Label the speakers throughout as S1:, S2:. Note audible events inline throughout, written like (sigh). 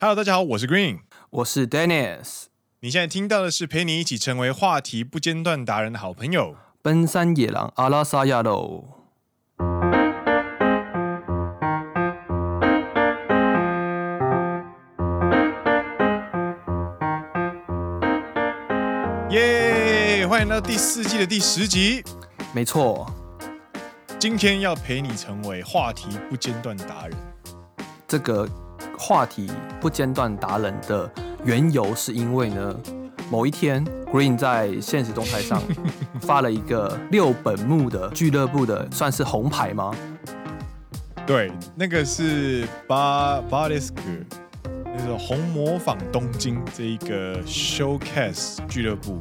S1: Hello，大家好，我是 Green。
S2: 我是 Dennis，
S1: 你现在听到的是陪你一起成为话题不间断达人的好朋友。
S2: 奔山野狼阿拉萨亚喽。
S1: 耶、欢迎来到第四季的第十集。
S2: 没错，
S1: 今天要陪你成为话题不间断达人。
S2: 这个话题不间断达人的缘由是因为呢，某一天 Green 在现实动态上发了一个六本木的俱乐部的算是红牌吗？
S1: 对，那个是巴巴列斯克，那个红模仿东京这一个 showcase 俱乐部。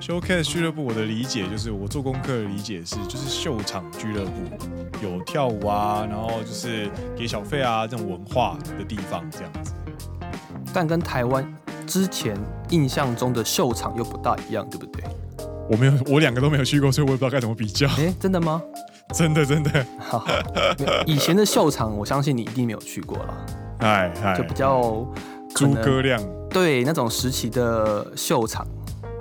S1: showcase 俱乐部，我的理解就是，我做功课的理解是，就是秀场俱乐部，有跳舞啊，然后就是给小费啊这种文化的地方，这样子。
S2: 但跟台湾之前印象中的秀场又不大一样，对不对？
S1: 我没有，我两个都没有去过，所以我也不知道该怎么比较。 (laughs)
S2: 诶，真的吗？
S1: 真的，真的，
S2: 哈哈，没有以前的秀场，我相信你一定没有去过啦，
S1: 哎哎
S2: 就，比较可
S1: 诸
S2: 能
S1: 葛亮，
S2: 对那种时期的秀场，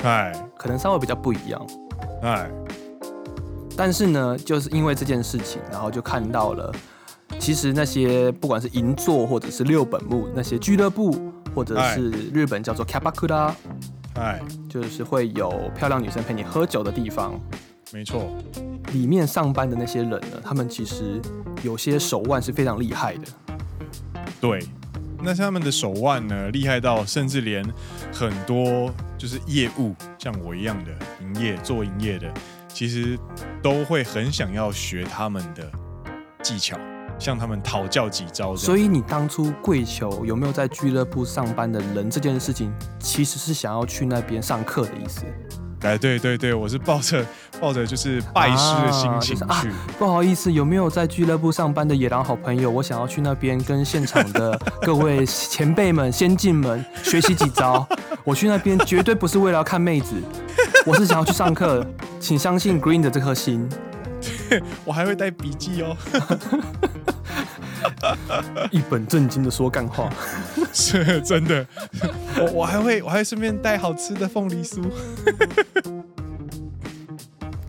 S1: 哎
S2: 可能稍微比较不一样。
S1: 哎，
S2: 但是呢，就是因为这件事情，然后就看到了，其实那些不管是银座或者是六本木那些俱乐部，或者是日本叫做 kabakura，
S1: 哎，
S2: 就是会有漂亮女生陪你喝酒的地方，
S1: 没错，
S2: 里面上班的那些人呢，他们其实有些手腕是非常厉害的。
S1: 对，那他们的手腕呢，厉害到甚至连很多就是业务，像我一样的营业做营业的，其实都会很想要学他们的技巧，向他们讨教几招这样。
S2: 所以你当初跪求有没有在俱乐部上班的人这件事情，其实是想要去那边上课的意思。
S1: 哎，对对对，我是抱着 (laughs) 抱着就是拜师的心情去，
S2: 啊就是不好意思，有没有在俱乐部上班的野狼好朋友？我想要去那边跟现场的各位前辈们、先进们学习几招。我去那边绝对不是为了要看妹子，我是想要去上课，请相信 Green 的这颗心。
S1: 我还会带笔记哦。 (laughs)
S2: 一本正经的说干话，
S1: 是真的，我我还会我还顺便带好吃的凤梨酥。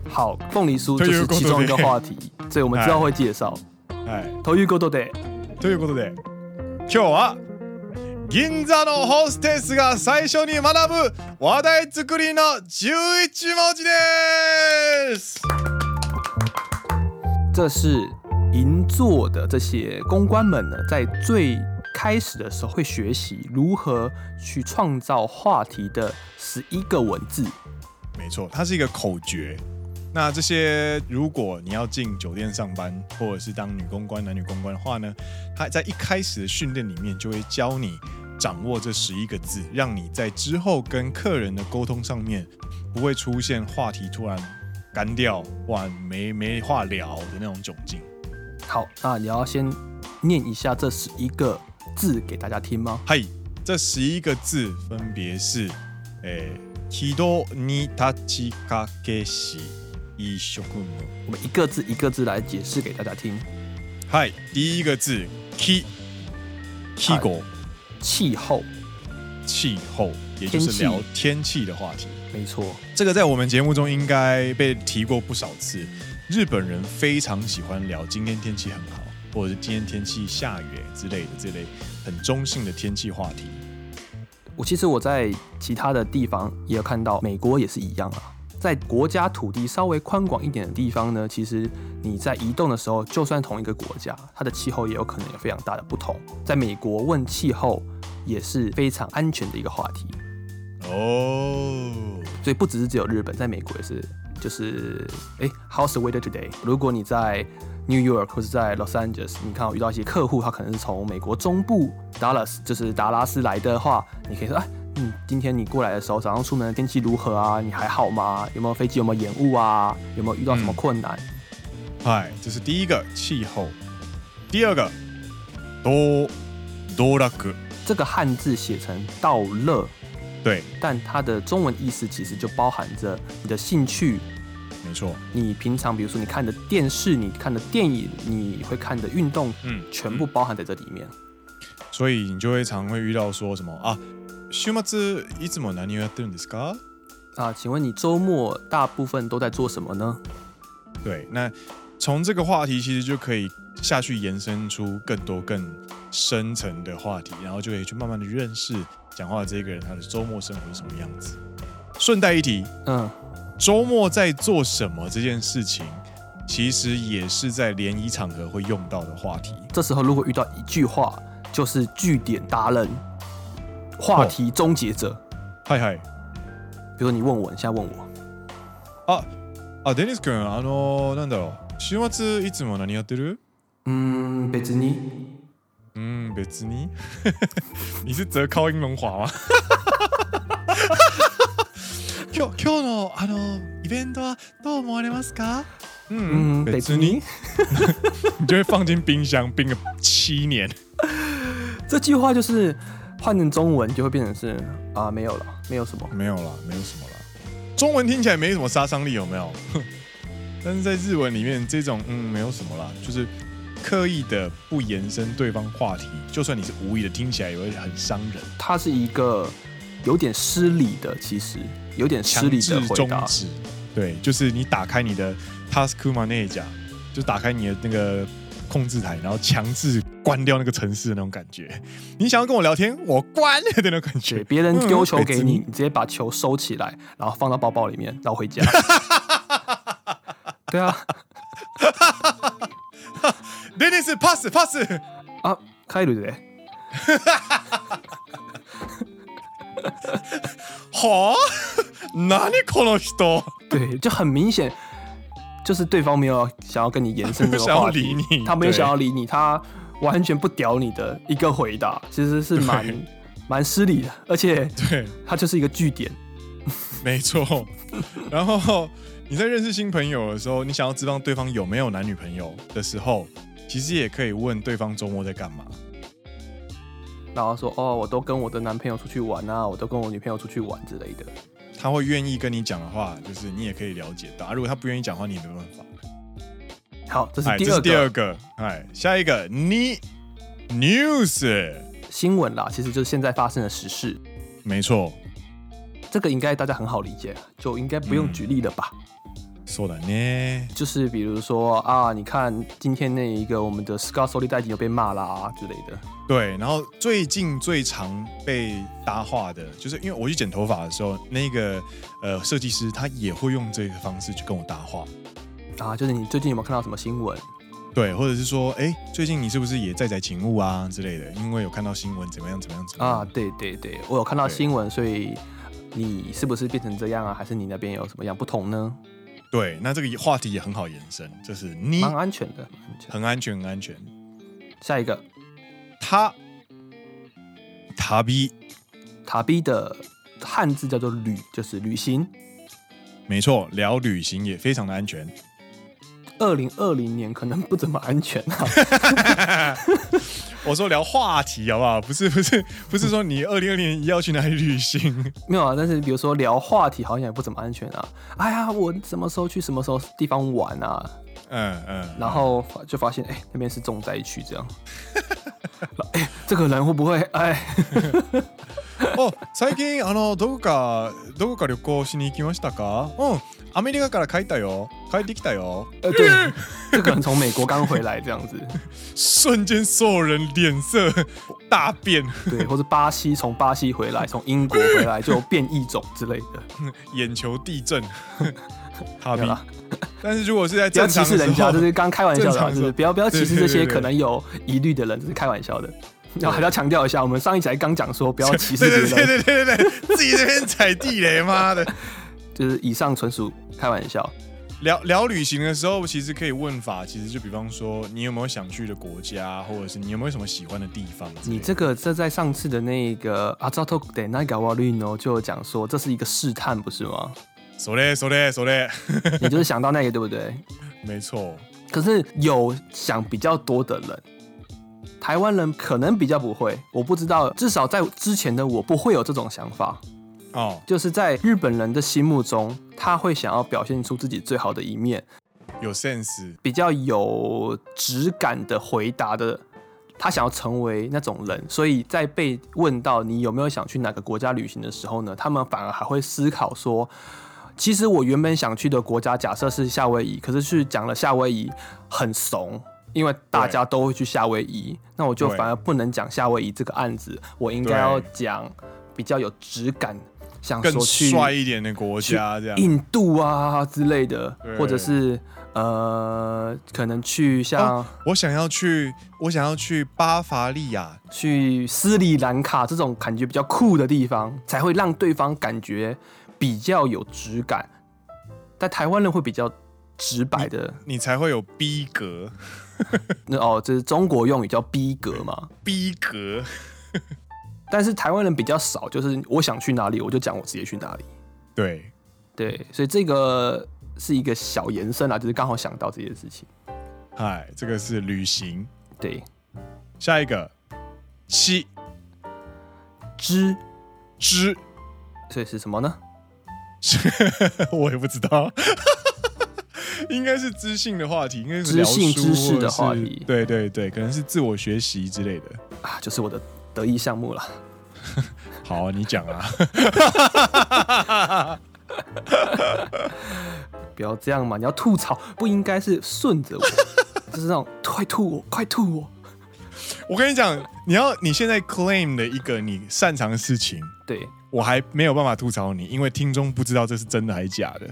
S2: 好，凤梨酥就是其中一个话题，所以我们之后会介绍。
S1: はい。
S2: 投玉 g o d a
S1: ということで今日は銀座のホステスが最初に学ぶ話題作りの11文字です
S2: 这是银座的这些公关们呢，在最开始的时候会学习如何去创造话题的十一个文字。
S1: 没错，它是一个口诀。那这些，如果你要进酒店上班，或者是当女公关、男女公关的话呢，它在一开始的训练里面就会教你掌握这十一个字，让你在之后跟客人的沟通上面不会出现话题突然干掉，哇，没没话聊的那种窘境。
S2: 好，那你要先念一下这十一个字给大家听吗？
S1: 嗨，这十一个字分别是：诶、軌道に立ちかけし一食務。
S2: 我们一个字一个字来解释给大家听。
S1: 嗨，第一个字 k k 国
S2: 气候，
S1: 气候，也就是聊天气的话题。
S2: 没错，
S1: 这个在我们节目中应该被提过不少次。日本人非常喜欢聊今天天气很好，或者是今天天气下雨欸之类的这类很中性的天气话题。
S2: 我其实我在其他的地方也有看到，美国也是一样啊。在国家土地稍微宽广一点的地方呢，其实你在移动的时候，就算同一个国家，它的气候也有可能有非常大的不同。在美国问气候也是非常安全的一个话题，
S1: 哦，
S2: 所以不只是只有日本，在美国也是，就是诶 h o w s the weather today？如果你在 New York 或是在 Los Angeles，你看我遇到一些客户，他可能是从美国中部 Dallas，就是达拉斯来的话，你可以说，哎，嗯，今天你过来的时候，早上出门的天气如何啊？你还好吗？有没有飞机有没有延误啊？有没有遇到什么困难？
S1: 嗨，这是第一个气候。第二个，多多拉格，
S2: 这个汉字写成“道乐
S1: 对，”，
S2: 但它的中文意思其实就包含着你的兴趣。
S1: 没错，
S2: 你平常比如说你看的电视、你看的电影、你会看的运动，
S1: 嗯
S2: 全部包含在这里面。
S1: 所以你就会常会遇到说什么啊，週末いつも何をやってるんですか？
S2: 啊，请问你周末大部分都在做什么呢？
S1: 对，那从这个话题其实就可以下去延伸出更多更深层的话题，然后就可以去慢慢的认识讲话的这个人他的周末生活是什么样子。顺带一提，
S2: 嗯，
S1: 周末在做什么这件事情，其实也是在联谊场合会用到的话题。
S2: 这时候如果遇到一句话，就是据点达人，话题终结者。
S1: 嗨嗨，
S2: 比如说你问我，你现在问我，
S1: 啊啊，Dennis 君，あのなんだろう、週末いつも何やってる？
S2: 嗯，贝子尼，
S1: 嗯，别子你， (laughs) 你是折靠英龙华吗？ (laughs) 今日今日のあのイベントはどう思われますか？
S2: 嗯，贝
S1: 別
S2: 子
S1: に
S2: 尼，
S1: (laughs) 你就会放进冰箱冰个七年。
S2: 这句话就是换成中文就会变成是啊，没有了，没有什么。
S1: 没有啦，没有什么啦。中文听起来没什么杀伤力，有没有？ (laughs) 但是在日文里面，这种嗯没有什么啦，就是刻意的不延伸对方话题，就算你是无意的，听起来也会很伤人。
S2: 它是一个有点失礼的，其实有点失
S1: 强
S2: 礼
S1: 制
S2: 的回
S1: 终
S2: 答。
S1: 止。对，就是你打开你的 Task Manager，就打开你的那个控制台，然后强制关掉那个城市的那种感觉。 (laughs) 你想要跟我聊天，我关了的那种感
S2: 对，
S1: 觉。
S2: 别人丢球
S1: 嗯
S2: 给你，你，直接把球收起来，然后放到包包里面，然后回家。 (laughs) 对啊，
S1: 嗯对对是 pass pass。
S2: 啊，开鲁的，
S1: 好， (laughs) 哪里可能多？
S2: 对，就很明显，就是对方没有想要跟你延伸这个
S1: 想要
S2: 话题，
S1: 理你
S2: 他没有
S1: 对
S2: 想要理你，他完全不屌你的一个回答，其实是蛮蛮失礼的，而且
S1: 对，
S2: 他就是一个据点。
S1: 没错。 (laughs) 然后你在认识新朋友的时候，你想要知道对方有没有男女朋友的时候，其实也可以问对方周末在干嘛。
S2: 然后说哦，我都跟我的男朋友出去玩啊，我都跟我女朋友出去玩之类的。
S1: 他会愿意跟你讲的话，就是你也可以了解到；啊如果他不愿意讲话，你也没办法。
S2: 好，这是
S1: 哎，
S2: 第
S1: 这
S2: 二
S1: 是
S2: 个
S1: 第二个。哎，下一个你 news，
S2: 新闻啦，其实就是现在发生的时事，
S1: 没错，
S2: 这个应该大家很好理解，就应该不用举例了吧。
S1: そうだね。
S2: 就是比如说啊，你看今天那一个我们的 Scott Solly 代金又被骂啦、之类的，
S1: 对，然后最近最常被搭话的，就是因为我去剪头发的时候，那个呃设计师他也会用这个方式去跟我搭话，
S2: 啊，就是你最近有没有看到什么新闻？
S1: 对，或者是说，哎，最近你是不是也在宅勤务啊之类的？因为有看到新闻怎么样怎么样怎么样
S2: 啊，对对对，我有看到
S1: 对
S2: 新闻，所以你是不是变成这样啊？还是你那边有什么样不同呢？
S1: 对，那这个话题也很好延伸，就是你
S2: 蛮安全的，蛮安全的。
S1: 很安全，很安全。
S2: 下一个
S1: 他旅，
S2: 塔比的汉字叫做旅，就是旅行。
S1: 没错，聊旅行也非常的安全。
S2: 二零二零年可能不怎么安全啊，
S1: 我说聊话题好不好？不是不是不是说你二零二零年要去哪里旅行？
S2: 没有啊。但是比如说聊话题，好像也不怎么安全啊。哎呀，我什么时候去什么时候地方玩啊？
S1: 嗯嗯，
S2: 然后发就发现，哎、那边是重灾区这样。 (laughs) 哎、这个人会不会哎？ (laughs)
S1: 哦，最近あのどこかどこか旅行しに行きましたか？うん、アメリカから帰ったよ，帰ってきたよ。
S2: 呃，对，这个人从美国刚回来这样子，
S1: 瞬间所有人脸色大变，
S2: 对，或是巴西从巴西回来，从英国回来就有变异种之类
S1: (laughs)
S2: 的，
S1: 眼球地震。哈
S2: 没有啦
S1: 比，，但是如果是在
S2: 不要
S1: 正
S2: 歧
S1: 常
S2: 视
S1: 的时
S2: 人家，
S1: 候
S2: 这，是刚开玩笑
S1: 正
S2: 的
S1: 常
S2: 啊，
S1: 的
S2: 就
S1: 时
S2: 是
S1: 候
S2: 不要不要歧视这
S1: 对对
S2: 些
S1: 对对
S2: 可能有疑虑的人，这是开玩笑的。然后还要强调一下，我们上一集还刚讲说不要歧视
S1: 对
S2: 别人
S1: 对，对对对对对，自己这边踩地雷，妈的！
S2: 就是以上纯属开玩笑。
S1: 聊聊旅行的时候，其实可以问法，其实就比方说，你有没有想去的国家，或者是你有没有什么喜欢的地方之类
S2: 你
S1: 的？
S2: 这个这在上次的那个啊阿扎托德那个瓦瑞诺就有讲说这是一个试探，不是吗？
S1: 手嘞手嘞手嘞， (laughs)
S2: 你就是想到那个对不对？
S1: 没错，
S2: 可是有想比较多的人，台湾人可能比较不会，我不知道，至少在之前的我不会有这种想法。
S1: 哦，
S2: 就是在日本人的心目中，他会想要表现出自己最好的一面，
S1: 有 sense，
S2: 比较有质感的回答的他想要成为那种人，所以在被问到你有没有想去哪个国家旅行的时候呢，他们反而还会思考说，其实我原本想去的国家假设是夏威夷，可是去讲了夏威夷很怂。因为大家都会去夏威夷，那我就
S1: 对
S2: 反而不能讲夏威夷这个案子，我应该要
S1: 对
S2: 讲比较有质感，想
S1: 更
S2: 哦说去
S1: 帅一点的国
S2: 去
S1: 家这样。
S2: 印度啊之类的
S1: 对，
S2: 或者是呃，可能去像、
S1: 哦我想要去，我想要去巴伐利亚，
S2: 去斯里兰卡这种感觉比较酷的地方，才会让对方感觉比较有质感。但台湾人会比较直白的，
S1: 你才会有逼格，
S2: 那哦，这是中国用语叫逼格嘛。
S1: 逼格。
S2: 但是台湾人比较少，就是我想去哪里，我就讲我直接去哪里。
S1: 对，
S2: 对，所以这个是一个小延伸啊，就是刚好想到这件事情。
S1: 嗨，这个是旅行。
S2: 对，
S1: 下一个，七
S2: 知，
S1: 之，
S2: 所以是什么呢？
S1: (laughs) 我也不知道，应该是知性的话题，应该是
S2: 知性
S1: 聊书
S2: 知识
S1: 或者
S2: 的
S1: 是
S2: 话题
S1: 对对对，可能是自我学习之类的。
S2: 啊，就是我的得意项目了。
S1: 好，你讲啊。 (laughs)
S2: 不要这样嘛！你要吐槽，不应该是顺着我， (laughs) 就是那种快吐我，快吐我。
S1: 我跟你讲，你要你现在 claim 的一个你擅长的事情，
S2: 对，
S1: 我还没有办法吐槽你，因为听众不知道这是真的还是假的。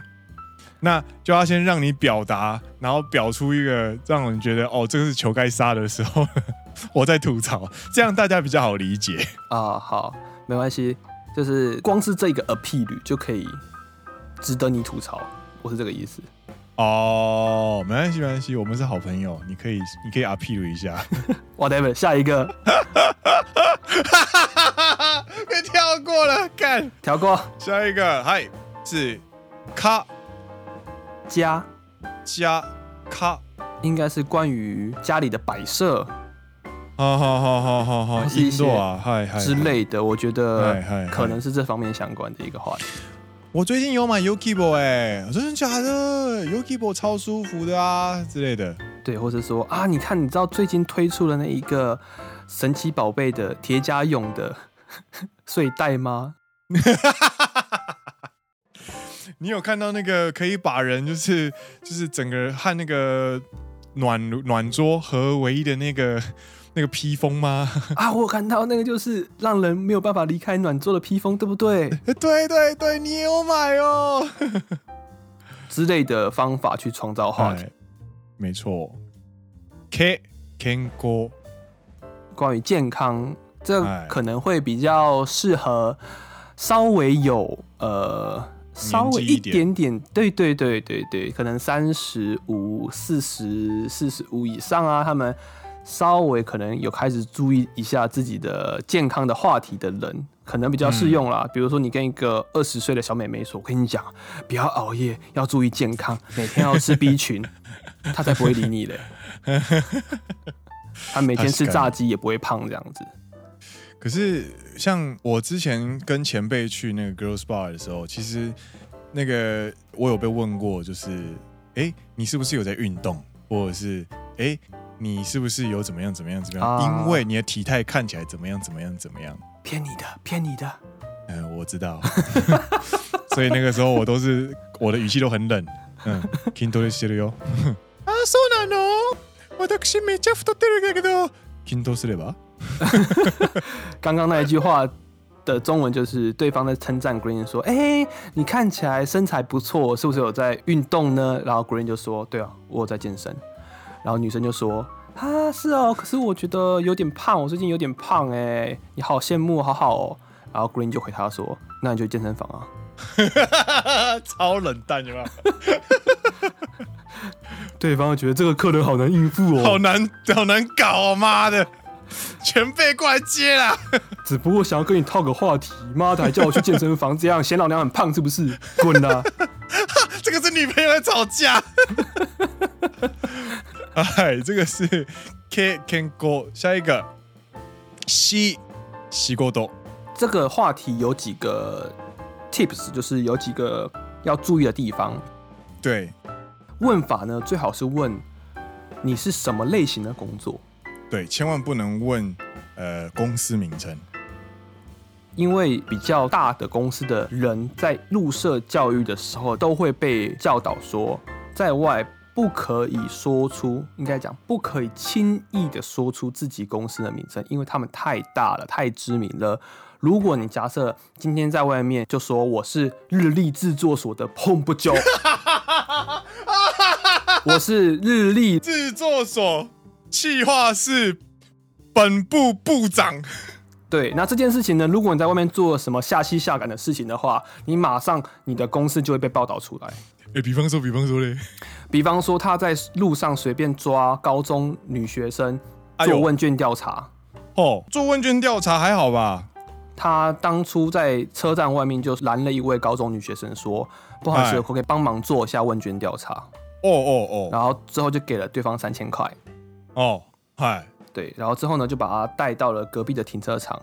S1: 那就要先让你表达，然后表出一个让人觉得哦，这个是球该杀的时候， (laughs) 我在吐槽，这样大家比较好理解。
S2: 啊、好，没关系，就是光是这个 appeal 就可以值得你吐槽，我是这个意思。
S1: 哦，没关系，没关系，我们是好朋友，你可以，你可以 a p p e 一下，
S2: Whatever，下一个
S1: (laughs) 被跳过了，看
S2: 调过
S1: 下一个，嗨，是咔
S2: 家，
S1: 加咔，
S2: 应该是关于家里的摆设
S1: 好好好好好好，
S2: 是一
S1: 印
S2: 些
S1: 度啊，嗨嗨
S2: 之
S1: 嗨
S2: 类的，我觉得
S1: 嗨嗨嗨
S2: 可能是这方面相关的一个话题。
S1: 我最近有买 Yukibo 哎、真的假的？Yukibo 超舒服的啊之类的。
S2: 对，或是说啊，你看，你知道最近推出了那一个神奇宝贝的 (laughs) 叠加用的睡袋吗？
S1: 你有看到那个可以把人就是就是整个和那个暖炉暖桌合为一的那个那个披风吗？
S2: 啊，我有看到那个就是让人没有办法离开暖座的披风，对不对？
S1: 对对对，你也有买哦。
S2: 之类的方法去创造话题。
S1: 哎，没错。K Ken 哥，
S2: 关于健康，这
S1: 哎
S2: 可能会比较适合稍微有呃稍微
S1: 一
S2: 一
S1: 点
S2: 点点，对对对对对，可能三十五、四十、四十五以上啊，他们稍微可能有开始注意一下自己的健康的话题的人。可能比较
S1: 嗯
S2: 适用啦，比如说你跟一个二十岁的小美眉说：“我跟你讲，啊不要熬夜，要注意健康， (laughs) 每天要吃 B 群。”她才不会理你 (laughs) 嘞。她每天吃
S1: 確かに
S2: 炸鸡也不会胖这样子。
S1: 可是像我之前跟前辈去那个 Girls Bar 的时候，其实那个我有被问过，就是哎、诶你是不是有在运动，或者是哎、诶你是不是有怎么样怎么样怎么样？
S2: 啊
S1: 因为你的体态看起来怎么样怎么样怎么样？
S2: 骗你的，骗你的。
S1: 嗯、我知道， (laughs) 所以那个时候我都是我的语气都很冷。嗯筋トレしてるよ。 (laughs) あ、そうなの？私めっちゃ太ってるんだけど、筋トレすれば？
S2: 刚刚那一句话的中文就是对方在称赞 Green 说：“哎、你看起来身材不错，是不是有在运动呢？”然后 Green 就说：“对啊，我有在健身。”然后女生就说：“啊，是哦，可是我觉得有点胖，我最近有点胖哎、你好羡慕，好好哦。”然后 Green 就回他说：“那你就去健身房啊。
S1: (laughs) 超冷淡，有没有？”
S2: 对方觉得这个客人好难应付哦
S1: 好，难好难搞哦，妈的！全被过来接啦！
S2: 只不过想要跟你套个话题，妈的还叫我去健身房，这样嫌 (laughs) 老娘很胖是不是？滚啦、
S1: 这个是女朋友在吵架。 (laughs) 哎，这个是 K Ken 哥，下一个西西锅多。
S2: 这个话题有几个 tips，就是有几个要注意的地方。
S1: 对，
S2: 问法呢，最好是问你是什么类型的工作，
S1: 对，千万不能问呃公司名称。
S2: 因为比较大的公司的人在入社教育的时候，都会被教导说，在外不可以说出，应该讲不可以轻易的说出自己公司的名称，因为他们太大了，太知名了。如果你假设今天在外面就说我是日立制作所的碰不久，我是日立
S1: 制作所企划室本部部长。
S2: 对，那这件事情呢，如果你在外面做什么下气下感的事情的话，你马上你的公司就会被报道出来。
S1: (laughs) 哎、比方说，比方说嘞，
S2: 比方说他在路上随便抓高中女学生
S1: 哎呦
S2: 做问卷调查，
S1: 哦，做问卷调查还好吧？
S2: 他当初在车站外面就拦了一位高中女学生说：“不好意思，
S1: 哎
S2: 我可以帮忙做一下问卷调查。
S1: 哦哦”
S2: 然后之后就给了对方三千块，
S1: 哦哦，嗨
S2: 对，然后之后呢就把他带到了隔壁的停车场，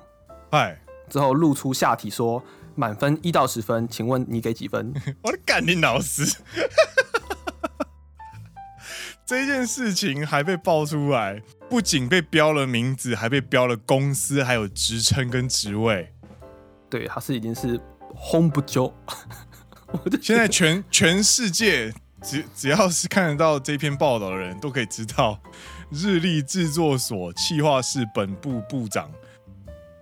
S1: 嗨，
S2: 之后露出下体说：“满分一到十分，请问你给几分？” (laughs)
S1: 我的干你老师！ (laughs) 这件事情还被爆出来，不仅被标了名字，还被标了公司，还有职称跟职位。
S2: 对，他是已经是轰不久，我就
S1: 现在全全世界只只要是看得到这篇报道的人都可以知道，日立制作所企划室本部部长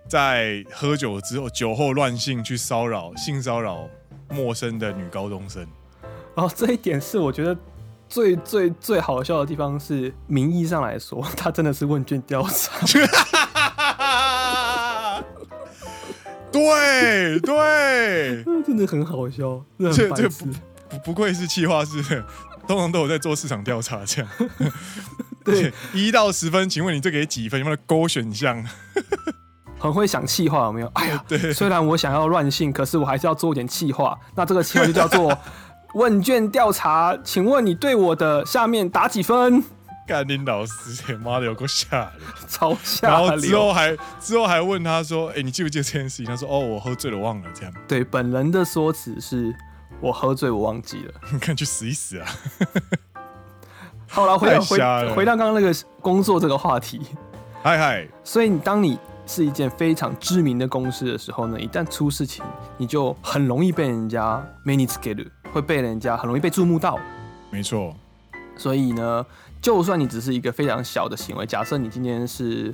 S1: 在喝酒之后酒后乱性去骚扰性骚扰陌生的女高中生。
S2: 然后这一点是我觉得最最最好笑的地方是，名义上来说，他真的是问卷调查， (laughs)
S1: 对对，
S2: 真的很好笑，真的
S1: 这
S2: 很
S1: 这
S2: 白痴
S1: 不。不不愧是企划室的，通常都有在做市场调查这样。
S2: 对，
S1: (laughs) 一到十分，请问你这给几分？有没有勾选项？
S2: 很会想气话，有没有？哎呀，虽然我想要乱性，可是我还是要做点气话。那这个气话就
S1: (laughs)
S2: 叫做问卷调查，请问你对我的下面打几分？ (laughs)
S1: 干林老师，妈的有够吓人！
S2: 超
S1: 然
S2: 下
S1: 后之
S2: 流
S1: 后。还之后还问他说：“哎、你记不记得这件事情？”他说：“哦，我喝醉了，忘了。”这样， (laughs)
S2: 对，本人的说辞是我喝醉，我忘记了。
S1: 你看去死一死啊！
S2: 好了，回到
S1: 太
S2: 回
S1: 瞎了
S2: 回到刚刚那个工作这个话题。
S1: 嗨嗨，
S2: 所以，当你是一件非常知名的公司的时候呢，一旦出事情，你就很容易被人家 m a n a g e 会被人家很容易被注目到。
S1: 没错，
S2: 所以呢，就算你只是一个非常小的行为，假设你今天是，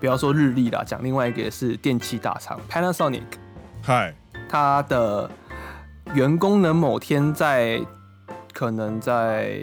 S2: 不要说日立啦，讲另外一个是电器大厂 Panasonic，
S1: 嗨
S2: 它的员工呢某天在可能在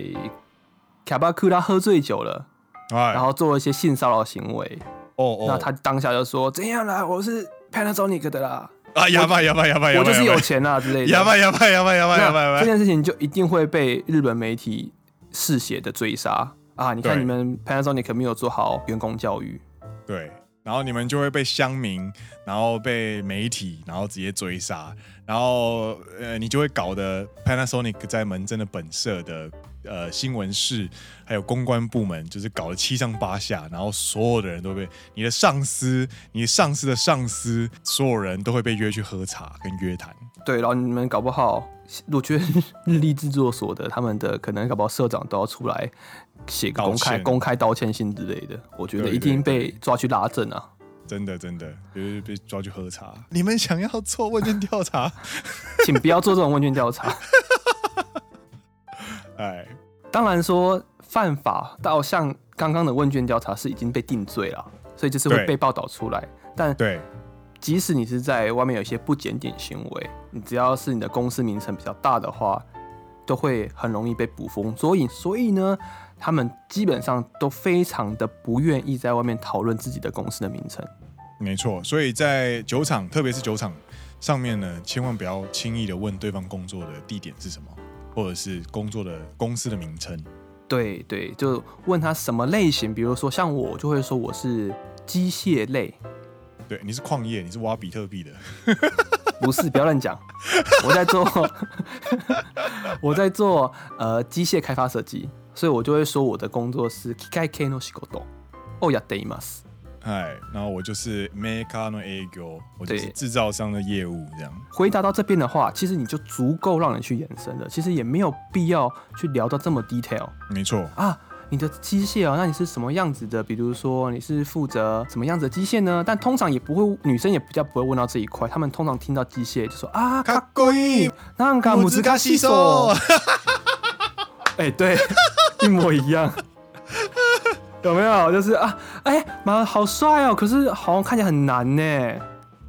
S2: 卡巴库拉喝醉酒了，
S1: 嗨，
S2: 然后做了一些性骚扰行为，
S1: 哦哦，
S2: 那他当下就说怎样啦，我是 Panasonic 的啦，
S1: 啊，哑巴哑巴哑巴哑巴，
S2: 我就是有钱啦之类的。
S1: 哑巴哑巴哑巴哑巴哑巴
S2: 那
S1: 哑
S2: 这
S1: 巴，
S2: 件事情就一定会被日本媒体嗜血的追杀啊！你看
S1: 对
S2: 你们 Panasonic 没有做好员工教育，
S1: 对。然后你们就会被乡民，然后被媒体，然后直接追杀，然后呃，你就会搞得 Panasonic 在门真的本社的呃新闻室，还有公关部门，就是搞得七上八下，然后所有的人都被你的上司、你上司的上司，所有人都会被约去喝茶跟约谈。
S2: 对，然后你们搞不好，我觉得日立制作所的他们的可能搞不好社长都要出来写个
S1: 道
S2: 公开
S1: 歉
S2: 公开道歉信之类的，我觉得
S1: 对
S2: 一定
S1: 对
S2: 被抓去拉正啊！
S1: 真的真的，就是被抓去喝茶。你们想要做问卷调查？
S2: 请不要做这种问卷调查。
S1: (laughs) 哎，
S2: 当然说犯法到像刚刚的问卷调查是已经被定罪了，所以就是会
S1: 对
S2: 被报道出来。但
S1: 对
S2: 即使你是在外面有一些不检点行为，你只要是你的公司名称比较大的话，都会很容易被捕风捉影。所以呢，他们基本上都非常的不愿意在外面讨论自己的公司的名称。
S1: 没错，所以在酒厂，特别是酒厂上面呢，千万不要轻易的问对方工作的地点是什么，或者是工作的公司的名称。
S2: 对对，就问他什么类型，比如说像我就会说我是机械类，
S1: 对，你是矿业，你是挖比特币的， (laughs)
S2: 不是，不要乱讲。我在做， (laughs) 我在做呃机械开发设计，所以我就会说我的工作是機械系の仕事をやっています。
S1: 哎，然后我就是 mecano a g o 我就是
S2: 对
S1: 制造商的业务这样。
S2: 回答到这边的话，其实你就足够让人去延伸了，其实也没有必要去聊到这么 detail
S1: 没错，
S2: 啊。你的机械哦，那你是什么样子的？比如说你是负责什么样子的机械呢？但通常也不会，女生也比较不会问到这一块，她们通常听到机械就说啊，
S1: 卡过伊，
S2: 那卡姆兹卡西索，哎、对， (laughs) 一模一样。有没有？就是啊，哎、妈，好帅哦！可是好像看起来很难呢。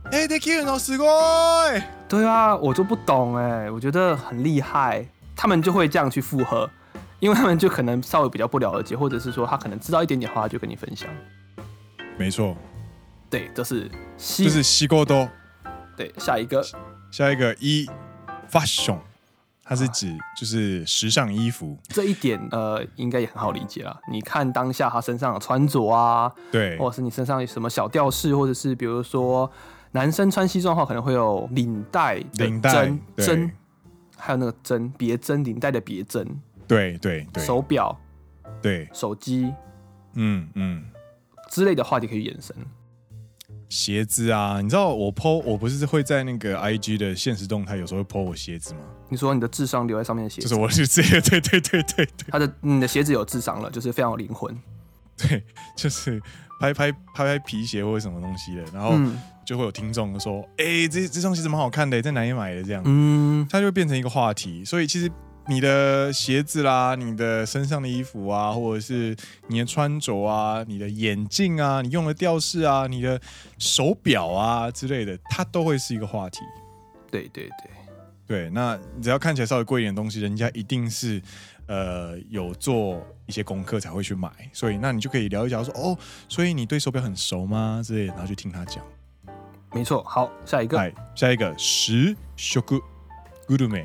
S1: 哎，できるのすごい。
S2: 对啊，我就不懂哎，我觉得很厉害，他们就会这样去附和，因为他们就可能稍微比较不了解，或者是说他可能知道一点点话他就跟你分享。
S1: 没错，
S2: 对，这是西，
S1: 这是西沟多。
S2: 对下一个
S1: 下一个一，fashion，它是指就是时尚衣服。
S2: 这一点呃，应该也很好理解啦。你看当下他身上的穿着啊，
S1: 对，
S2: 或者是你身上有什么小吊饰，或者是比如说男生穿西装的话，可能会有领带的
S1: 领带
S2: 针
S1: 对
S2: 针，还有那个针别针领带的别针，
S1: 对对对，
S2: 手表、
S1: 对，
S2: 手机
S1: 嗯嗯。
S2: 之类的话题可以延伸。
S1: 鞋子啊，你知道我 PO 我不是会在那个 IG 的现实动态有时候会 PO 我鞋子吗？
S2: 你说你的智商留在上面的鞋
S1: 就
S2: 子，
S1: 是我是这个， (laughs) 对对对对对
S2: 他的你的鞋子有智商了，就是非常有灵魂。
S1: 对，就是拍拍拍拍皮鞋或者什么东西的，然后
S2: 嗯
S1: 就会有听众说，哎、这这双鞋子蛮好看的，在哪里买的这样，
S2: 嗯，
S1: 它就会变成一个话题。所以其实你的鞋子啦，你的身上的衣服啊，或者是你的穿着啊，你的眼镜啊，你用的吊饰啊，你的手表啊之类的，它都会是一个话题。
S2: 对对对，
S1: 对，那只要看起来稍微贵一点的东西，人家一定是呃有做一些功课才会去买，所以那你就可以聊一聊说哦，所以你对手表很熟吗？之类的，然后就听他讲。
S2: 没错。好，下一个
S1: 来，哎下一个食食グルメ，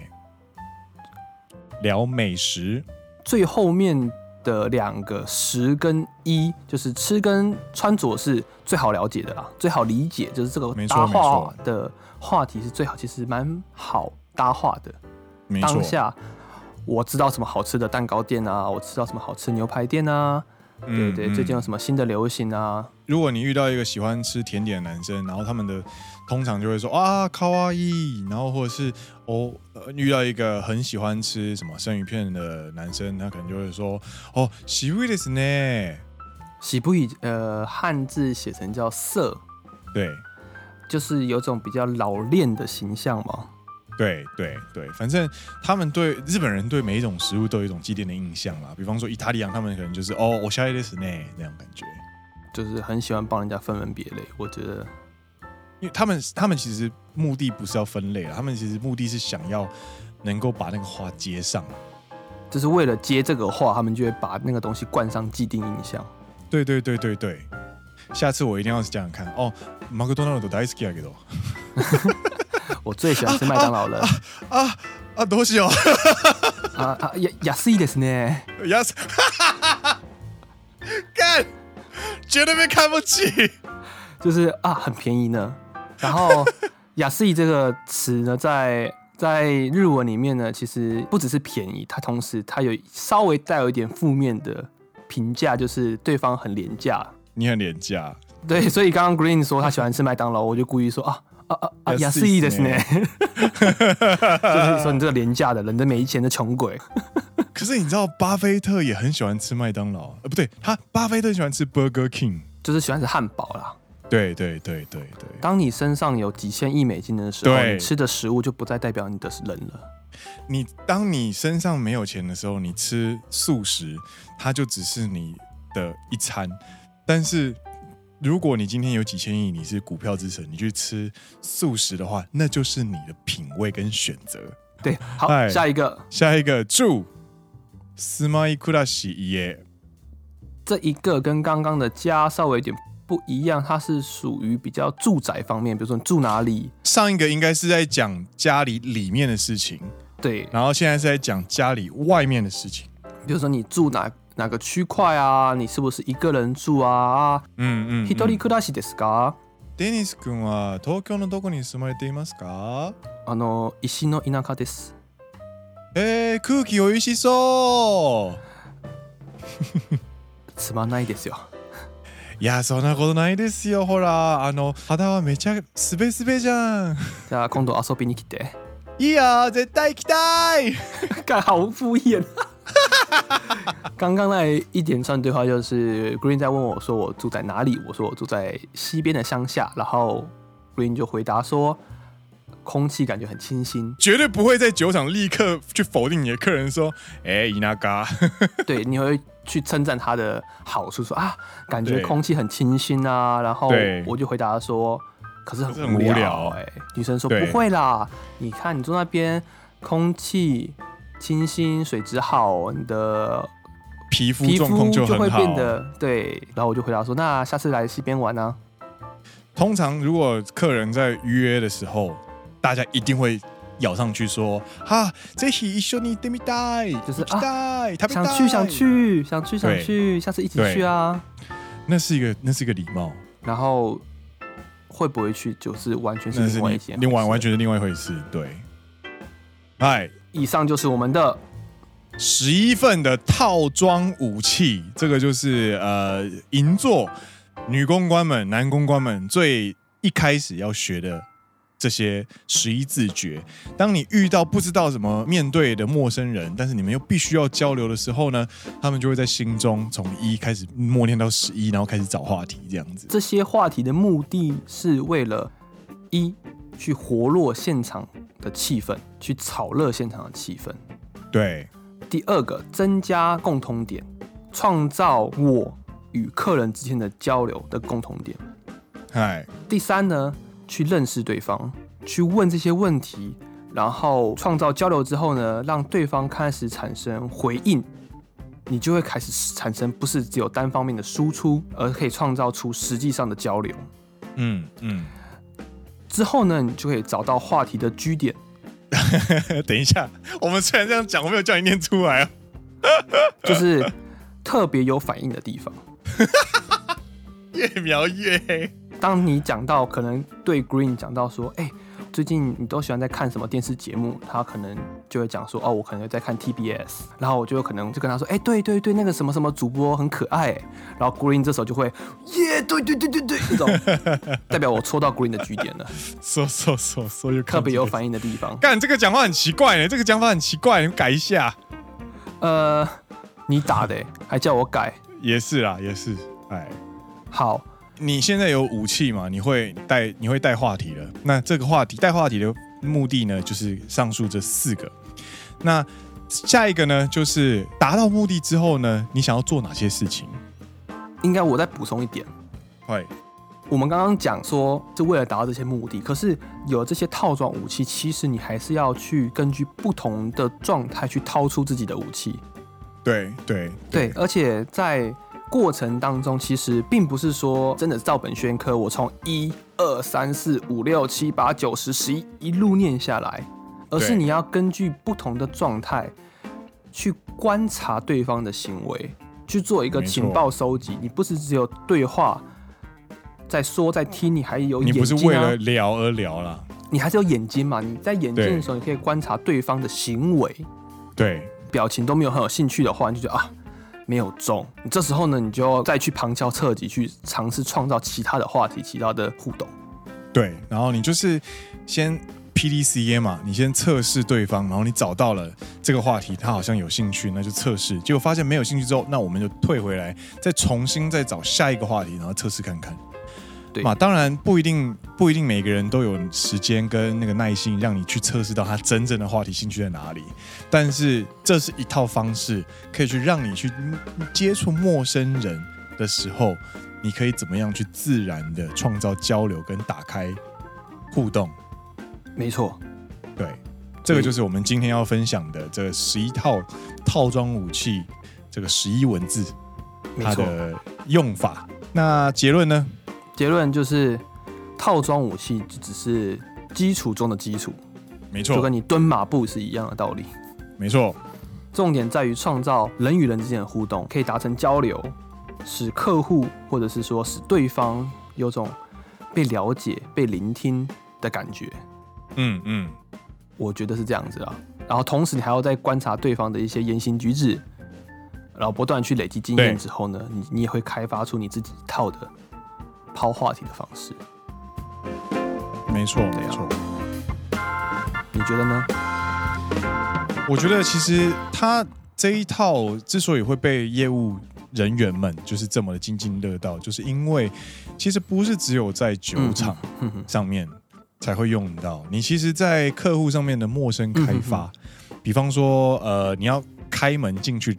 S1: 聊美食。
S2: 最后面的两个十跟一，就是吃跟穿着是最好了解的啦，最好理解，就是这个
S1: 没错
S2: 搭
S1: 没
S2: 话
S1: 错
S2: 的话题是最好，其实蛮好搭话的。
S1: 没错
S2: 当，下我知道什么好吃的蛋糕店啊，我知道什么好吃牛排店啊，对对，最近有什么新的流行啊？
S1: 嗯如果你遇到一个喜欢吃甜点的男生，然后他们的通常就会说啊卡哇伊，然后或者是哦、呃遇到一个很喜欢吃什么生鱼片的男生，他可能就会说哦喜味ですね，
S2: 喜不以呃汉字写成叫色，
S1: 对
S2: 就是有种比较老练的形象嘛。
S1: 对对对，反正他们对日本人对每一种食物都有一种既定的印象啦，比方说意大利洋，他们可能就是哦我下意ですね那样感觉，
S2: 就是很喜欢帮人家分门别类，我觉得
S1: 因为他们他们其实目的不是要分类啦，他们其实目的是想要能够把那个话接上。啊
S2: 就是为了接这个话，他们就会把那个东西冠上既定印象。
S1: 对对对对对，下次我一定要这样看哦。マクドナルド大好きやけど
S2: 我最喜欢吃麦当劳了
S1: 啊啊どうしよう
S2: 啊啊，や安いですね。
S1: 安っ干，绝对被看不起。
S2: 就是啊，很便宜呢。然后雅思这个词呢，在在日文里面呢，其实不只是便宜，它同时它有稍微带有一点负面的评价，就是对方很廉价。
S1: 你很廉价，
S2: 对，所以刚刚 Green 说他喜欢吃麦当劳，我就故意说啊啊啊啊，
S1: 安
S2: 雅
S1: い
S2: 思
S1: で
S2: ですす
S1: ね
S2: ね，就是说你这个廉价的人，真没钱的穷鬼。
S1: 可是你知道巴菲特也很喜欢吃麦当劳，呃，不对，他巴菲特喜欢吃 Burger King。
S2: 就是喜欢吃汉堡啦。
S1: 对对对对对，
S2: 当你身上有几千亿美金的时候，
S1: 对
S2: 你吃的食物就不再代表你的人了。
S1: 你当你身上没有钱的时候，你吃素食，它就只是你的一餐。但是如果你今天有几千亿，你是股票之神，你去吃素食的话，那就是你的品味跟选择。
S2: 对，好
S1: 哎，
S2: 下一个。
S1: 下一个住，斯马伊库拉西耶，
S2: 这一个跟刚刚的家稍微有点不一样，它是属于比较住宅方面，比如说你住哪里，
S1: 上一个应该是在讲家里里面的事情，
S2: 对，
S1: 然后现在是在讲家里外面的事情。
S2: 比如说你住哪哪个区块啊，你是不是一个人住啊？
S1: 嗯嗯。
S2: 一人暮らしですか？
S1: デニス君は東京のどこに住まれていますか？
S2: あの石の田舎です。
S1: えー、空気美味しそう
S2: つまんないですよ。
S1: いやそんなことないですよほらあの肌はめちゃすべすべじゃん
S2: じゃあ今度遊びに来て。
S1: いいよ絶対行きたい，
S2: 干好敷衍。 (laughs) 刚刚那一连串对话就是 Green 在问我说我住在哪里，我说我住在西边的乡下，然后 Green 就回答说空气感觉很清新
S1: 绝对不会在酒厂立刻去否定你的客人说，哎、伊娜嘎，
S2: 对，你会去称赞它的好处，说啊感觉
S1: 对
S2: 空气很清新啊，然后
S1: 对
S2: 我就回答说可是
S1: 可是
S2: 很
S1: 很
S2: 无
S1: 无
S2: 聊
S1: 聊
S2: 哎、女生说
S1: 对
S2: 不会啦，你看你住那边空气清新，水质好，你的
S1: (laughs) 皮肤
S2: 皮
S1: 状
S2: 肤
S1: 况就
S2: 会
S1: 很好。
S2: 变得对，然后我就回答说，那下次来西边玩啊。
S1: 通常如果客人在预约的时候，大家一定会咬上去说，哈，这是一緒に行ってみたい，
S2: 就是
S1: 行きたい食べた
S2: 想
S1: い
S2: 去想，去想去想
S1: 对
S2: 去，下次一起
S1: 对
S2: 去啊。
S1: 那是一个那是一个礼貌，
S2: 然后会不会去，就是完全是
S1: 那是
S2: 另外一
S1: 你
S2: 件。
S1: 另外完。全是另外一回事。对，哎，
S2: 以上就是我们的
S1: 十一份的套装武器，这个就是呃银座女公关们、男公关们最一开始要学的这些十一字诀。当你遇到不知道怎么面对的陌生人，但是你们又必须要交流的时候呢，他们就会在心中从一开始默念到十一，然后开始找话题，这样子。
S2: 这些话题的目的是为了一去活络现场的气氛，去炒热现场的气氛。
S1: 对，
S2: 第二个，增加共同点，创造我与客人之间的交流的共同点。
S1: 嗨，
S2: 第三呢，去认识对方，去问这些问题，然后创造交流之后呢，让对方开始产生回应，你就会开始产生不是只有单方面的输出，而可以创造出实际上的交流。
S1: 嗯嗯，
S2: 之后呢，你就可以找到话题的居点。
S1: (laughs) 等一下，我们虽然这样讲，我没有叫你念出来哦。 (laughs)
S2: 就是特别有反应的地方。
S1: 越描越黑。
S2: 当你讲到可能对 Green 讲到说，哎、最近你都喜欢在看什么电视节目？他可能就会讲说，哦，我可能在看 TBS，然后我就有可能就跟他说，哎、对对对，那个什么什么主播很可爱欸，然后 Green 这时候就会，耶，对对对对对，这种代表我戳到 Green 的据点了，
S1: 说说说说又
S2: 特别有反应的地方。
S1: 干这个讲话很奇怪呢，这个讲法很奇怪，你们改一下。
S2: 呃，你打的欸、还叫我改，
S1: 也是啦，也是。哎，
S2: 好，
S1: 你现在有武器嘛？你会带你会带话题了。那这个话题带话题的目的呢，就是上述这四个。那下一个呢，就是达到目的之后呢，你想要做哪些事情？
S2: 应该我再补充一点。
S1: 会
S2: 我们刚刚讲说是为了达到这些目的，可是有这些套装武器，其实你还是要去根据不同的状态去掏出自己的武器。
S1: 对对
S2: 对，而且在过程当中，其实并不是说真的照本宣科，我从一二三四五六七八九十十一一路念下来，而是
S1: 对
S2: 你要根据不同的状态去观察对方的行为，去做一个
S1: 没错
S2: 情报收集。你不是只有对话。在说，在听，你还有眼
S1: 你
S2: 睛、啊、
S1: 不是为了聊而聊啦。
S2: 你还是有眼睛嘛？你在眼睛的时候，你可以观察对方的行为、
S1: 对，
S2: 表情都没有很有兴趣的话，你就觉得啊没有中。你这时候呢，你就要再去旁敲侧击，去尝试创造其他的话题、其他的互动。
S1: 对，然后你就是先 PDCA 嘛，你先测试对方，然后你找到了这个话题，他好像有兴趣，那就测试。结果发现没有兴趣之后，那我们就退回来，再重新再找下一个话题，然后测试看看。
S2: 对
S1: 嘛，当然不一定，不一定每个人都有时间跟那个耐心让你去测试到他真正的话题兴趣在哪里。但是这是一套方式，可以去让你去接触陌生人的时候，你可以怎么样去自然的创造交流跟打开互动。
S2: 没错，
S1: 对，这个就是我们今天要分享的这十一套套装武器，这个十一文字
S2: 没
S1: 它
S2: 错。
S1: 的用法。那结论呢？
S2: 结论就是，套装武器就只是基础中的基础，
S1: 没
S2: 就
S1: 错
S2: 跟，你蹲马步是一样的道理。
S1: 没错，
S2: 重点在于创造人与人之间的互动，可以达成交流，使客户或者是说使对方有种被了解、被聆听的感觉。
S1: 嗯嗯，
S2: 我觉得是这样子啊。然后同时你还要再观察对方的一些言行举止，然后不断去累积经验
S1: 对
S2: 之后呢，你你也会开发出你自己一套的抛话题的方式。
S1: 没错，没
S2: 啊
S1: 错。
S2: 你觉得呢？啊
S1: 我觉得其实他这一套之所以会被业务人员们就是这么的津津乐道，就是因为其实不是只有在酒
S2: 嗯
S1: 厂
S2: 哼哼
S1: 上面才会用到，你其实，在客户上面的陌生开发，比方说呃，你要开门进去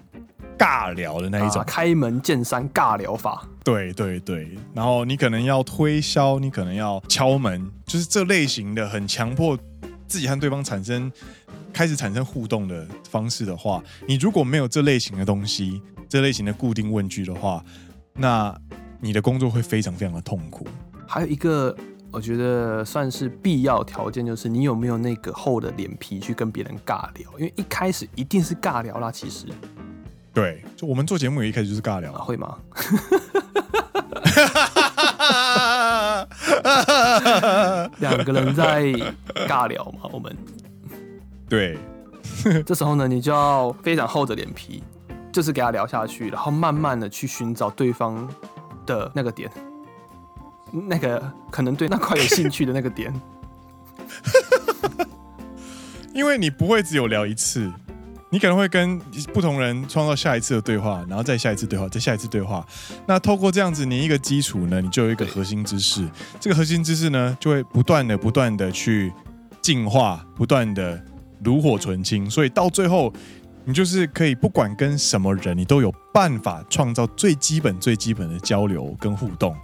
S1: 尬聊的那一种
S2: 啊，开门见山尬聊法，
S1: 对对对，然后你可能要推销，你可能要敲门，就是这类型的很强迫自己和对方产生开始产生互动的方式的话，你如果没有这类型的东西，这类型的固定问句的话，那你的工作会非常非常的痛苦。
S2: 还有一个我觉得算是必要条件，就是你有没有那个厚的脸皮去跟别人尬聊，因为一开始一定是尬聊啦，其实
S1: 对，就我们做节目也一开始就是尬聊
S2: 啊，会吗？
S1: 啊。
S2: 两个
S1: (laughs)
S2: 人在尬聊嘛，我们
S1: 对，
S2: 这时候呢，你就要非常厚着脸皮，就是给他聊下去，然后慢慢的去寻找对方的那个点，那个可能对那块有兴趣的那个点。 (laughs)
S1: 因为你不会只有聊一次，你可能会跟不同人创造下一次的对话，然后再下一次对话，再下一次对话。那透过这样子，你一个基础呢，你就有一个核心知识。这个核心知识呢，就会不断的、不断的去进化，不断的炉火纯青。所以到最后，你就是可以不管跟什么人，你都有办法创造最基本、最基本的交流跟互动。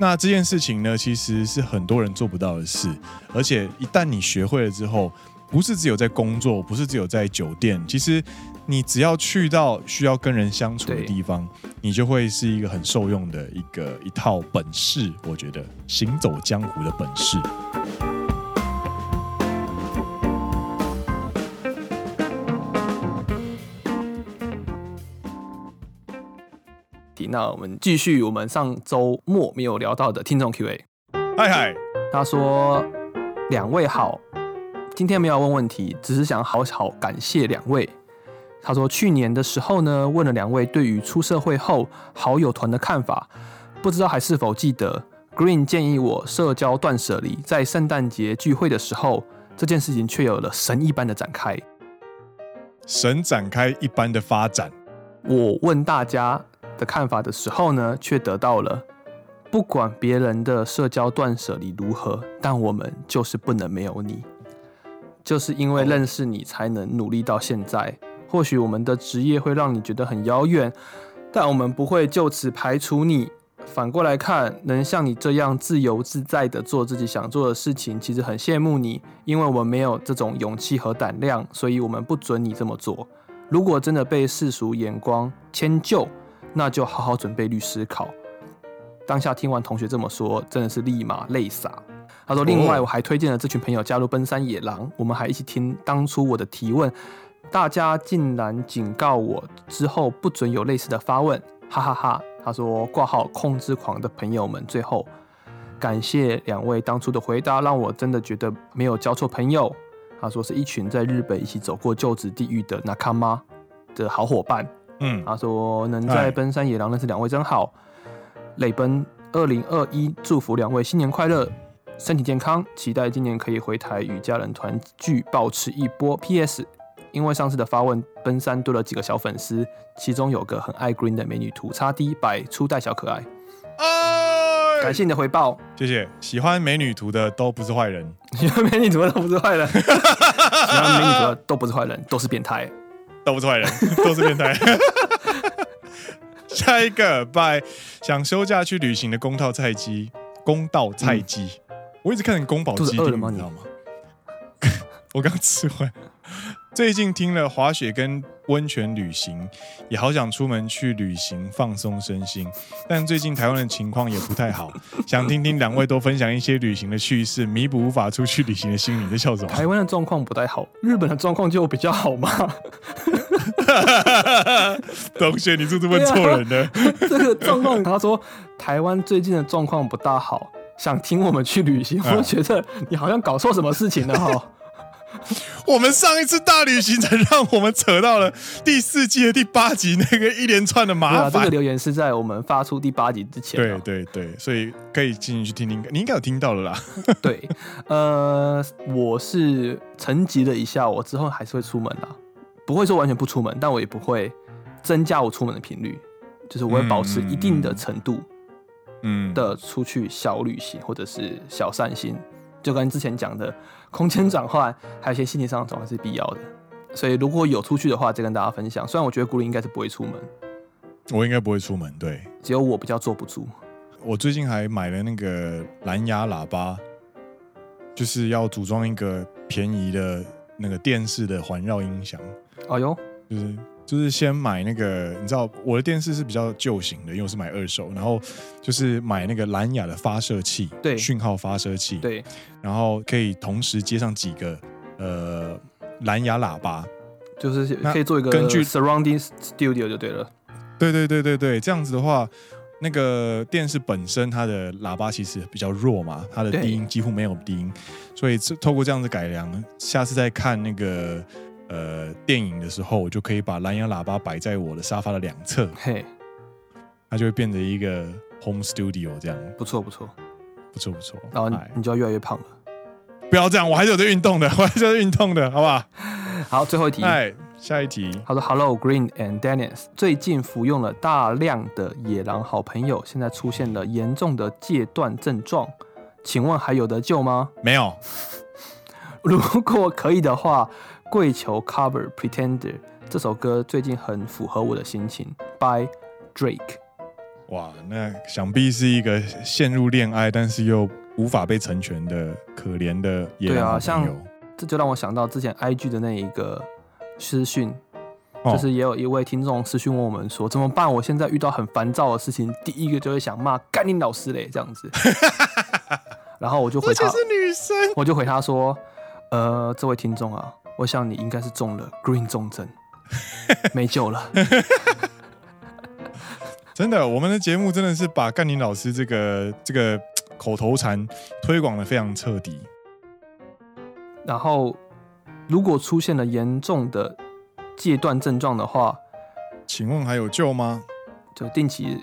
S1: 那这件事情呢，其实是很多人做不到的事，而且一旦你学会了之后，不是只有在工作，不是只有在酒店，其实你只要去到需要跟人相处的
S2: 对
S1: 地方，你就会是一个很受用的一个一套本事。我觉得行走江湖的本事。
S2: 那我们继续我们上周末没有聊到的听众 Q&A，
S1: 嗨嗨，
S2: 他说：“两位好，今天没有问问题，只是想好好感谢两位。”他说：“去年的时候呢，问了两位对于出社会后好友团的看法，不知道还是否记得？Green 建议我社交断舍离，在圣诞节聚会的时候，这件事情却有了神一般的展开。
S1: 神展开一般的发展，
S2: 我问大家的看法的时候呢，却得到了不管别人的社交断舍离如何，但我们就是不能没有你，就是因为认识你才能努力到现在。或许我们的职业会让你觉得很遥远，但我们不会就此排除你。反过来看，能像你这样自由自在的做自己想做的事情，其实很羡慕你，因为我们没有这种勇气和胆量，所以我们不准你这么做。如果真的被世俗眼光迁就，那就好好准备律师考。当下听完同学这么说，真的是立马泪洒。他说：“另外，我还推荐了这群朋友加入奔山野狼，我们还一起听当初我的提问，大家竟然警告我之后不准有类似的发问，哈哈哈他说：“挂号控制狂的朋友们，最后感谢两位当初的回答，让我真的觉得没有交错朋友。”他说是一群在日本一起走过就职地狱的 nakama 的好伙伴。
S1: 嗯，
S2: 他说能
S1: 哎
S2: 在奔山野狼认识两位真好。磊奔二零二一，祝福两位新年快乐，身体健康，期待今年可以回台与家人团聚，暴吃一波。P.S. 因为上次的发问，奔山多了几个小粉丝，其中有个很爱 Green 的美女图叉 D 百初代小可爱，
S1: 哎
S2: 感谢你的回报。 (laughs)
S1: 谢谢。喜欢美女图的都不是坏人，
S2: 喜欢美女图的都不是坏人，喜欢美女图的都不是坏人，都是变态。
S1: 都不是坏人， (laughs) 都是变态。下一个拜想休假去旅行的公道菜鸡，公道菜鸡，我一直看成宫保
S2: 嗯肚
S1: 鸡
S2: 子饿了
S1: 丁，
S2: 吗
S1: 你知道吗？ (laughs) 我刚吃完。最近听了滑雪跟温泉旅行，也好想出门去旅行放松身心，但最近台湾的情况也不太
S2: (laughs)
S1: 好，想听听两位多分享一些旅行的趣事，弥补无法出去旅行的心理。你在笑什么？
S2: 台湾的状况不太好，日本的状况就比较好 (laughs) 嘛。
S1: (laughs) 同学，你是不是问错人
S2: 啊
S1: 了？
S2: 这个状况，他说台湾最近的状况不大好，想听我们去旅行，我
S1: 嗯
S2: 就觉得你好像搞错什么事情了 (laughs) 哈。啊
S1: 我们上一次大旅行才让我们扯到了第四季的第八集那个一连串的
S2: 对
S1: 麻
S2: 啊，这个
S1: 烦。
S2: 留言是在我们发出第八集之前
S1: 对
S2: 啊、
S1: 对对，所以可以进去听听，你应该有听到了啦。
S2: 对，呃，我是沉寂了一下，我之后还是会出门啊，不会说完全不出门，但我也不会增加我出门的频率，就是我会保持一定的程度
S1: 嗯，
S2: 的出去小旅行或者是小散心，就跟之前讲的空间转换，还有一些心理上的转换是必要的。所以如果有出去的话，再跟大家分享。虽然我觉得古灵应该是不会出门，
S1: 我应该不会出门。对
S2: 只有我比较坐不住。
S1: 我最近还买了那个蓝牙喇叭，就是要组装一个便宜的那个电视的环绕音响，
S2: 哎呦，
S1: 就是就是先买那个，你知道我的电视是比较旧型的，因为我是买二手，然后就是买那个蓝牙的发射器，
S2: 对
S1: 讯号发射器，
S2: 对，
S1: 然后可以同时接上几个呃蓝牙喇叭，
S2: 就是
S1: 那
S2: 可以做一个
S1: 根据
S2: surrounding studio 就对了。
S1: 对对对对对，这样子的话，那个电视本身它的喇叭其实比较弱嘛，它的
S2: 对
S1: 低音几乎没有低音，所以这透过这样子改良，下次再看那个呃电影的时候，我就可以把蓝牙喇叭摆在我的沙发的两侧，
S2: 嘿，
S1: 它就会变成一个 home studio 这样，
S2: 不错不错，
S1: 不错不错。
S2: 然后你
S1: 哎
S2: 你就要越来越胖了。
S1: 不要这样，我还是有在运动的， (laughs) 我还是有在运动的，好不好？
S2: 好，最后一题。
S1: 哎，下一题，
S2: 他说：“Hello Green and Dennis，最近服用了大量的野狼好朋友，现在出现了严重的戒断症状，请问还有得救吗？
S1: 没有，
S2: (laughs) 如果可以的话，跪求 cover Pretender 这首歌最近很符合我的心情。By Drake。
S1: 哇，那想必是一个陷入恋爱但是又无法被成全的可怜的野
S2: 对
S1: 狼
S2: 啊
S1: 好朋友。
S2: 这就让我想到之前 IG 的那一个私讯，
S1: 哦
S2: 就是也有一位听众私讯问我们说怎么办？我现在遇到很烦躁的事情，第一个就会想骂干你老师嘞这样子， (laughs) 然后我就回他，
S1: 女生，
S2: 我就回他说，呃，这位听众啊，我想你应该是中了 green 重症，没救了。
S1: 真的，我们的节目真的是把甘宁老师这个这个口头禅推广的非常彻底。
S2: 然后如果出现了严重的戒断症状的话，
S1: 请问还有救吗？
S2: 就定期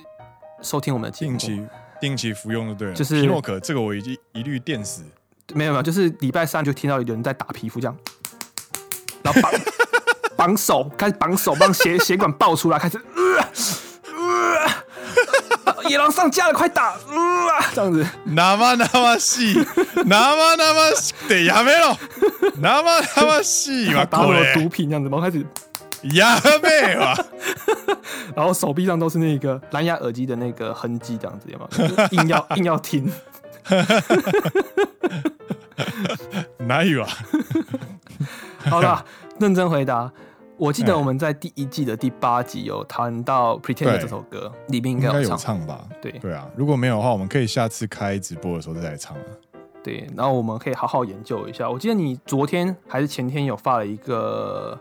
S2: 收听我们的节目。
S1: 定期定期服用就对了。
S2: 哦就是
S1: 皮诺可这个我已经一律电死。
S2: 没有没有，就是礼拜三就听到有人在打皮肤这样，然后绑绑手，开始绑手，让血血管爆出来，开始，呃呃、野狼上架了，快打，呃、这样子，
S1: 那么那么细，那么那么得やめろ。那么那么细嘛，
S2: (laughs) 打
S1: こ
S2: 我的
S1: れ
S2: 毒品这样子，然后开始，
S1: やべえわ。
S2: 然后手臂上都是那个蓝牙耳机的那个痕迹，这样子，有没有？就是硬要硬要听，
S1: ないわ。
S2: (laughs) 好了，认真回答。我记得
S1: 哎
S2: 我们在第一季的第八集有谈到《Pretender》这首歌，里哎面应
S1: 应
S2: 该
S1: 该
S2: 有
S1: 有
S2: 唱。
S1: 唱吧？
S2: 对
S1: 对啊，如果没有的话，我们可以下次开直播的时候再来唱啊。
S2: 对，然后我们可以好好研究一下。我记得你昨天还是前天有发了一个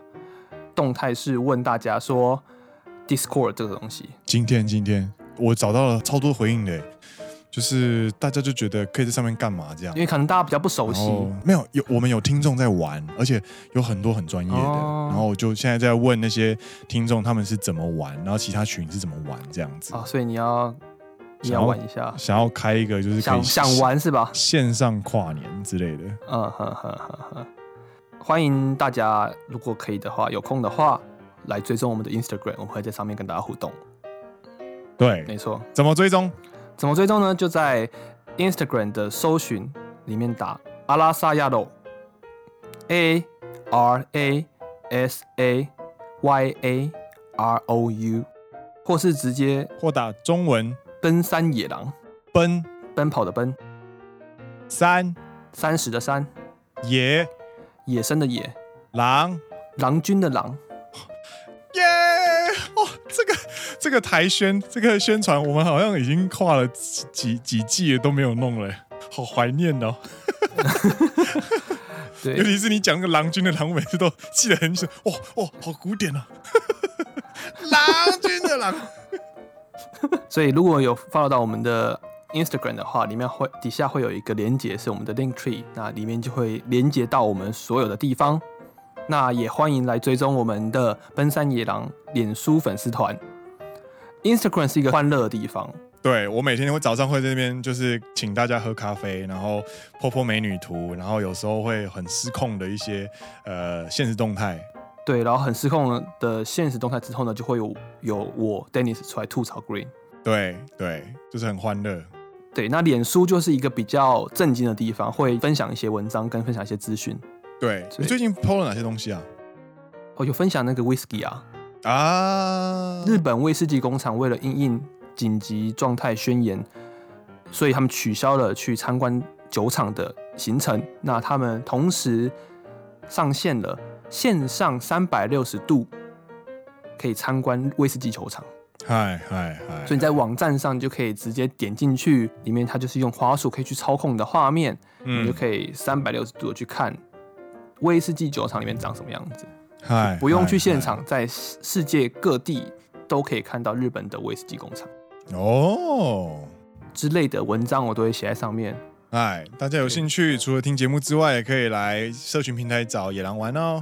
S2: 动态，是问大家说 Discord 这个东西。
S1: 今天今天我找到了超多回应的，欸就是大家就觉得可以在上面干嘛这样
S2: 因。为可能大家比较不熟
S1: 然
S2: 悉，
S1: 后没有有我们有听众在玩，而且有很多很专业的。
S2: 哦
S1: 然后我就现在在问那些听众他们是怎么玩，然后其他群是怎么玩这样子。
S2: 啊，所以你要你
S1: 想
S2: 要
S1: 要
S2: 玩一下，
S1: 想要开一个就是可以
S2: 想想玩是吧？
S1: 线上跨年之类的。
S2: 嗯哼哼哼哼，欢迎大家，如果可以的话，有空的话来追踪我们的 Instagram，我们会在上面跟大家互动。
S1: 对，
S2: 没错，
S1: 怎么追踪？
S2: 怎么追踪呢？就在 Instagram 的搜寻里面打阿拉萨亚肉 A R A S A Y A R O U，或是直接
S1: 或打中文
S2: 奔山野狼，
S1: 奔
S2: 奔跑的奔，
S1: 三
S2: 三十的三，
S1: 野
S2: 野生的野，
S1: 狼。
S2: 郎君的郎。
S1: 耶！哦，这个这个台宣这个宣传，我们好像已经跨了几几几季了都没有弄了，好怀念哦。尤
S2: 对，
S1: 其是你讲那个郎君的郎，我每次都记得很久。哇、哦、哇、哦，好古典啊！ (laughs) 郎君的郎，
S2: 所以如果有 follow 到我们的 Instagram 的话，里面会底下会有一个连接是我们的 Link Tree，那里面就会连接到我们所有的地方。那也欢迎来追踪我们的奔山野狼脸书粉丝团。Instagram 是一个欢乐的地方，
S1: (laughs) 对我每天会早上会在那边就是请大家喝咖啡，然后泼泼美女图，然后有时候会很失控的一些呃现实动态，
S2: 对，然后很失控的现实动态之后呢，就会有有我 Dennis 出来吐槽 Green。
S1: 对对，就是很欢乐。
S2: 对，那脸书就是一个比较震惊的地方，会分享一些文章跟分享一些资讯。
S1: 对
S2: 所以
S1: 你最近 PO 了哪些东西啊？
S2: 哦，有分享那个 whisky 啊，
S1: 啊，
S2: 日本威士忌工厂为了应应紧急状态宣言，所以他们取消了去参观酒厂的行程。那他们同时上线了线上三百六十度可以参观威士忌球场，
S1: 嗨嗨嗨，
S2: 所以你在网站上就可以直接点进去，里面它就是用滑鼠可以去操控你的画面，你就
S1: 嗯，
S2: 可以三百六十度的去看威士忌酒厂里面长什么样子。
S1: 嗨，
S2: 不用
S1: 嗨
S2: 去现场，在世世界各地都可以看到日本的威士忌工厂
S1: 嗨哦。
S2: 之类的文章，我都会写在上面。
S1: 嗨，大家有兴趣，除了听节目之外，也可以来社群平台找野狼玩哦。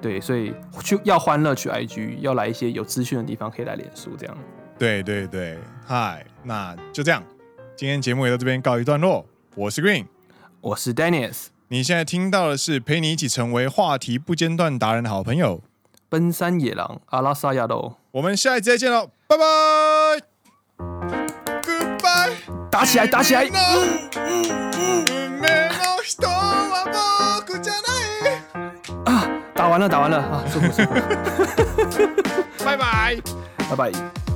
S2: 对，所以去要欢乐去 IG，要来一些有资讯的地方可以来脸书这样。
S1: 对对对，嗨，那就这样，今天节目也到这边告一段落。我是 Green，
S2: 我是 Dennis，
S1: 你现在听到的是陪你一起成为话题不间断达人的好朋友。
S2: 奔山野狼阿拉萨亚斗，
S1: 我们下一集再见喽，拜拜，Goodbye。
S2: 打起来，打起来！
S1: 運命の人は僕じゃない
S2: 打完了，打完了啊，舒服舒服，
S1: バイバイ
S2: 拜拜。